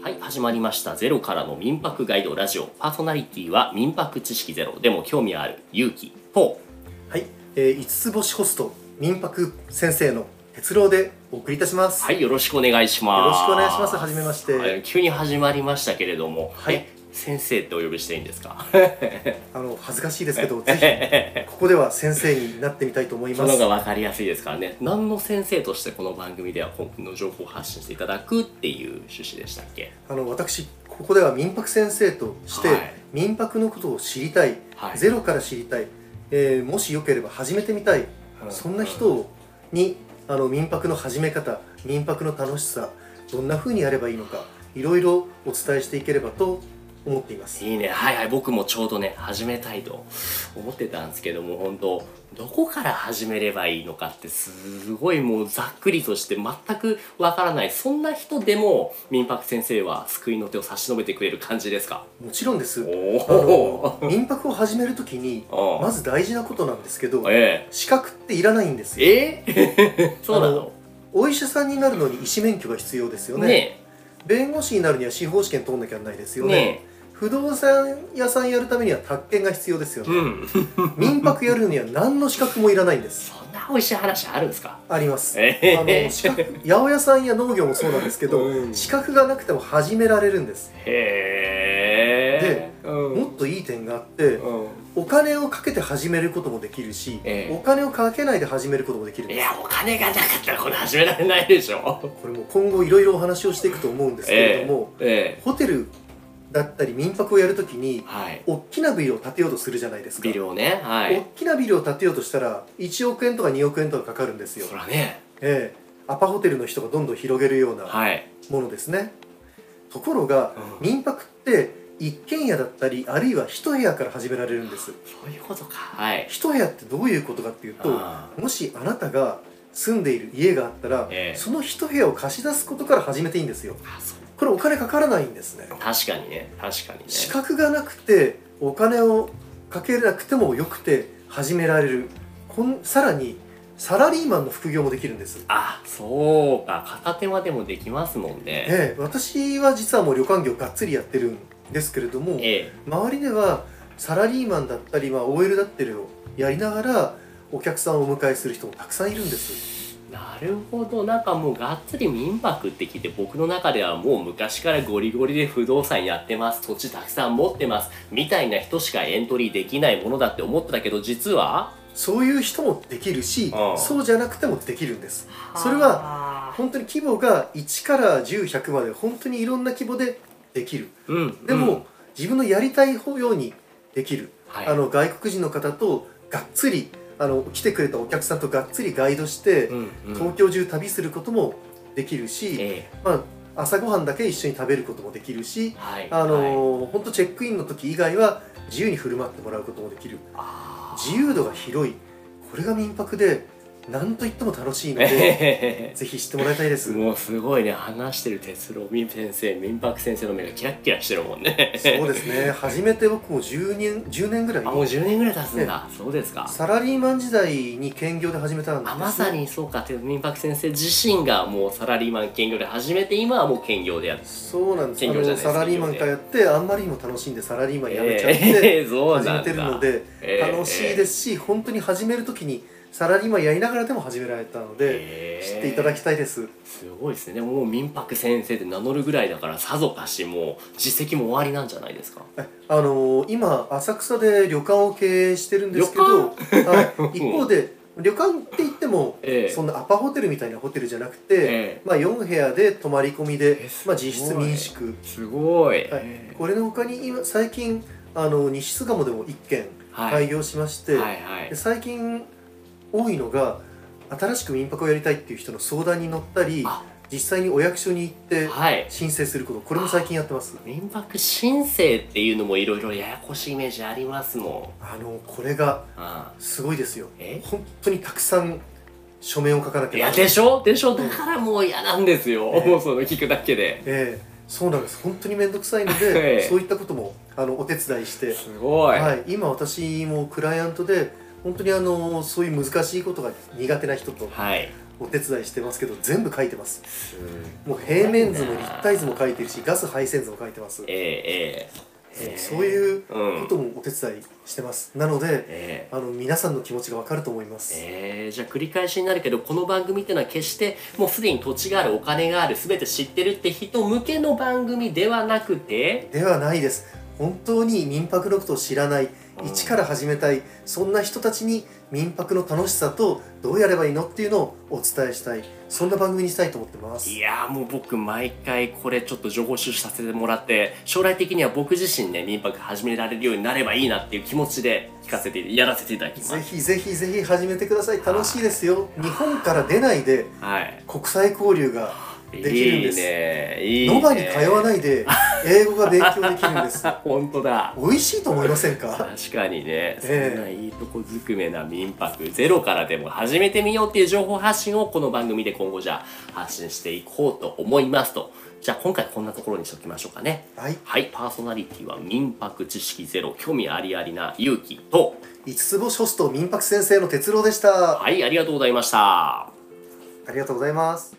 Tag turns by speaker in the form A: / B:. A: はい、始まりました。ゼロからの民泊ガイドラジオ。パーソナリティは民泊知識ゼロ。でも興味ある勇気、ポ
B: はい、えー、五つ星ホスト民泊先生の哲郎でお送りいたします。
A: ー。はい、よろしくお願いします。
B: よろしくお願いします。はじめまして。
A: はい急に始まりましたけれども、
B: はい
A: え先生ってお呼びしていいんですか
B: あの恥ずかしいです けど、ぜひここでは先生になってみたいと思い
A: そ
B: ま
A: の
B: す。
A: 方が分かりやすいですからね何の先生としてこの番組では本の情報を発信していただくっていう趣旨でしたっけ
B: あの私ここでは民泊先生として、
A: はい
B: 民泊のことを知りたい、
A: はい
B: ゼロから知りたい、えーもしよければ始めてみたい、
A: うん
B: そんな人をにあの民泊の始め方、民泊の楽しさ、どんな風にやればいいのか、いろいろお伝えしていければと思っています。
A: いいねはいはい僕もちょうどね始めたいと思ってたんですけども本当どこから始めればいいのかってすごいもうざっくりとして全くわからないそんな人でも民泊先生は救いの手を差し伸べてくれる感じですか
B: もちろんです。あ
A: お
B: の民泊を始めるときに
A: お
B: まず大事なことなんですけど
A: え
B: 資格っていらないんです
A: え
B: よ
A: ええ そうな
B: あ
A: の
B: のお医者さんになるのに医師免許が必要ですよね
A: ね
B: 弁護士になるには司法試験取んなきゃならないです
A: え
B: よね
A: ね
B: 不動産屋さんやるためには宅建が必要ですよ
A: えう
B: ね、
A: ん
B: 民泊やるには何の資格もいらないんです
A: そんな美味しい話あるんですか
B: あります、
A: ええ
B: あの資格八百屋さんや農業もそうなんですけど、
A: うん
B: 資格がなくても始められるんです
A: へえで、う
B: もっといい点があって、
A: う
B: お金をかけて始めることもできるし、
A: ええ
B: お金をかけないで始めることもできるん
A: ん、い
B: です
A: やお金がなかったらこれ始められないでしょ
B: これもう今後いろいろお話をしていくと思うんですけれども、
A: えええ
B: ホテルだったり民泊をやるときに
A: えはい
B: 大きなビルを建てようとするじゃないですか
A: ビルをねは
B: 大
A: い
B: きなビルを建てようとしたら1億円とか2億円とかかかるんですよ
A: そ、らね
B: ええ、アパホテルの人がどんどん広げるような
A: はい
B: ものですね、ところが、
A: うん
B: 民泊って一軒家だったりあるいは一部屋から始められるんです
A: そういうことかはい
B: 一部屋ってどういうことかっていうと
A: あ
B: もしあなたが住んでいる家があったら、
A: ええ
B: その一部屋を貸し出すことから始めていいんですよ
A: あそう
B: これお金かからないんですね
A: 確かにね確かにね
B: 資格がなくてお金をかけなくてもよくて始められるこんさらにサラリーマンの副業もできるんです
A: あそうか片手間でもできますもんね
B: ええ私は実はもう旅館業がっつりやってるんですけれども
A: え
B: 周りではサラリーマンだったり、まあ、OL だったりをやりながらお客さんをお迎えする人もたくさんいるんです
A: なるほどなんかもうがっつり民泊って聞いて僕の中ではもう昔からゴリゴリで不動産やってます土地たくさん持ってますみたいな人しかエントリーできないものだって思ってたけど実は
B: そういう人もできるし
A: ああ
B: そうじゃなくてもできるんですそれは本当に規模が1から10100まで本当にいろんな規模でできる
A: うん
B: でも、
A: うん
B: 自分のやりたいようにできる、
A: はい、
B: あの外国人の方とがっつりあの来てくれたお客さんとがっつりガイドして、
A: うんうん
B: 東京中旅することもできるし、
A: ええ
B: まあ、朝ごはんだけ一緒に食べることもできるし、
A: はい
B: あ
A: はい
B: の本当チェックインの時以外は自由に振る舞ってもらうこともできる
A: あー
B: 自由度が広いこれが民泊で何と言っても楽しいの
A: えへ
B: で
A: へへ
B: ぜひ知ってもらいたいです。
A: もうすごい ね話してる哲郎民先生民泊先生の目がキラッキラしてるもん ね
B: そうですね初めて僕も10年 ,10 年ぐらい
A: あもう10年ぐらい経つんだ そうですか
B: サラリーマン時代に兼業で始めたんです
A: あまさにそうかて民泊先生自身がもうサラリーマン兼業で始めて今はもう兼業でやる
B: そうなんです
A: 兼業じゃないです
B: あのサラリーマンからやってあんまりにも楽しんでサラリーマン辞めちゃっ
A: え
B: て
A: えそうなん
B: 始
A: だ
B: めてるので、
A: ええ
B: 楽しいですし、本当に始める時にサラリーマンやりながらでも始められたので、
A: ええ
B: 知っていただきたいです
A: すごいですねもう民泊先生って名乗るぐらいだからさぞかしもう実績も終わりなんじゃないですか
B: あのー今浅草で旅館を経営してるんですけど、はい、一方で旅館って言っても、
A: ええ
B: そんなアパホテルみたいなホテルじゃなくて、
A: ええ
B: まあ、4部屋で泊まり込みで、
A: ええすご
B: ま
A: い
B: あ、実質民宿
A: すごい、
B: はい
A: え
B: これの他に今最近あの西巣鴨でも1軒
A: はい
B: 開業しまし
A: え
B: て、
A: はいはい
B: で最近多いのが新しく民泊をやりたいっていう人の相談に乗ったり
A: あ
B: 実際にお役所に行って
A: はい
B: 申請することこれも最近やってます
A: 民泊申請っていうのもいろいろややこしいイメージありますも
B: あのこれが
A: ん。あ
B: すごいですよ
A: え
B: 本当にたくさん書面を書かなき
A: いや
B: ゃならない
A: でしょでしょだからもう嫌なんですよ、
B: ええ
A: も うその聞くだけで。
B: ええそうなんです本当に面倒くさいの
A: え
B: で、
A: え
B: そういったこともあのお手伝いして
A: すごい。
B: はい、今私もクライアントで本当にあのそういう難しいことが苦手な人と
A: はい。
B: お手伝いしてますけど全部書いてます
A: す
B: もう平面図も立体図も書いてるしガス配線図も書いてます
A: ええええ
B: そういう
A: うん
B: こともお手伝いしてますなので
A: ええ
B: あの皆さんの気持ちがわかると思います
A: ええじゃあ繰り返しになるけどこの番組ってのは決してもうすでに土地があるお金がある全て知ってるって人向けの番組ではなくて
B: ではないです本当に民泊のことを知らない
A: うん
B: 一から始めたいそんな人たちに民泊の楽しさとどうやればいいのっていうのをお伝えしたいそんな番組にしたいと思ってます
A: いやーもう僕毎回これちょっと情報収集させてもらって将来的には僕自身ね民泊始められるようになればいいなっていう気持ちで聞かせてやらせていただきます
B: ぜひぜひぜひ始めてください楽しいですよ日本から出ないで
A: はい
B: 国際交流ができるんで
A: い
B: す
A: いねいいね
B: ノバに通わないで英語が勉強できるんです
A: 本当だ
B: 美味しいと思いませんか
A: 確かにね、
B: ええ
A: そんないいとこずくめな民泊ゼロからでも始めてみようっていう情報発信をこの番組で今後じゃあ発信していこうと思いますとじゃあ今回こんなところにしときましょうかね
B: はい
A: はいパーソナリティは民泊知識ゼロ興味ありありな勇気と
B: 五つ星ホスト民泊先生の哲郎でした
A: はいありがとうございました
B: ありがとうございます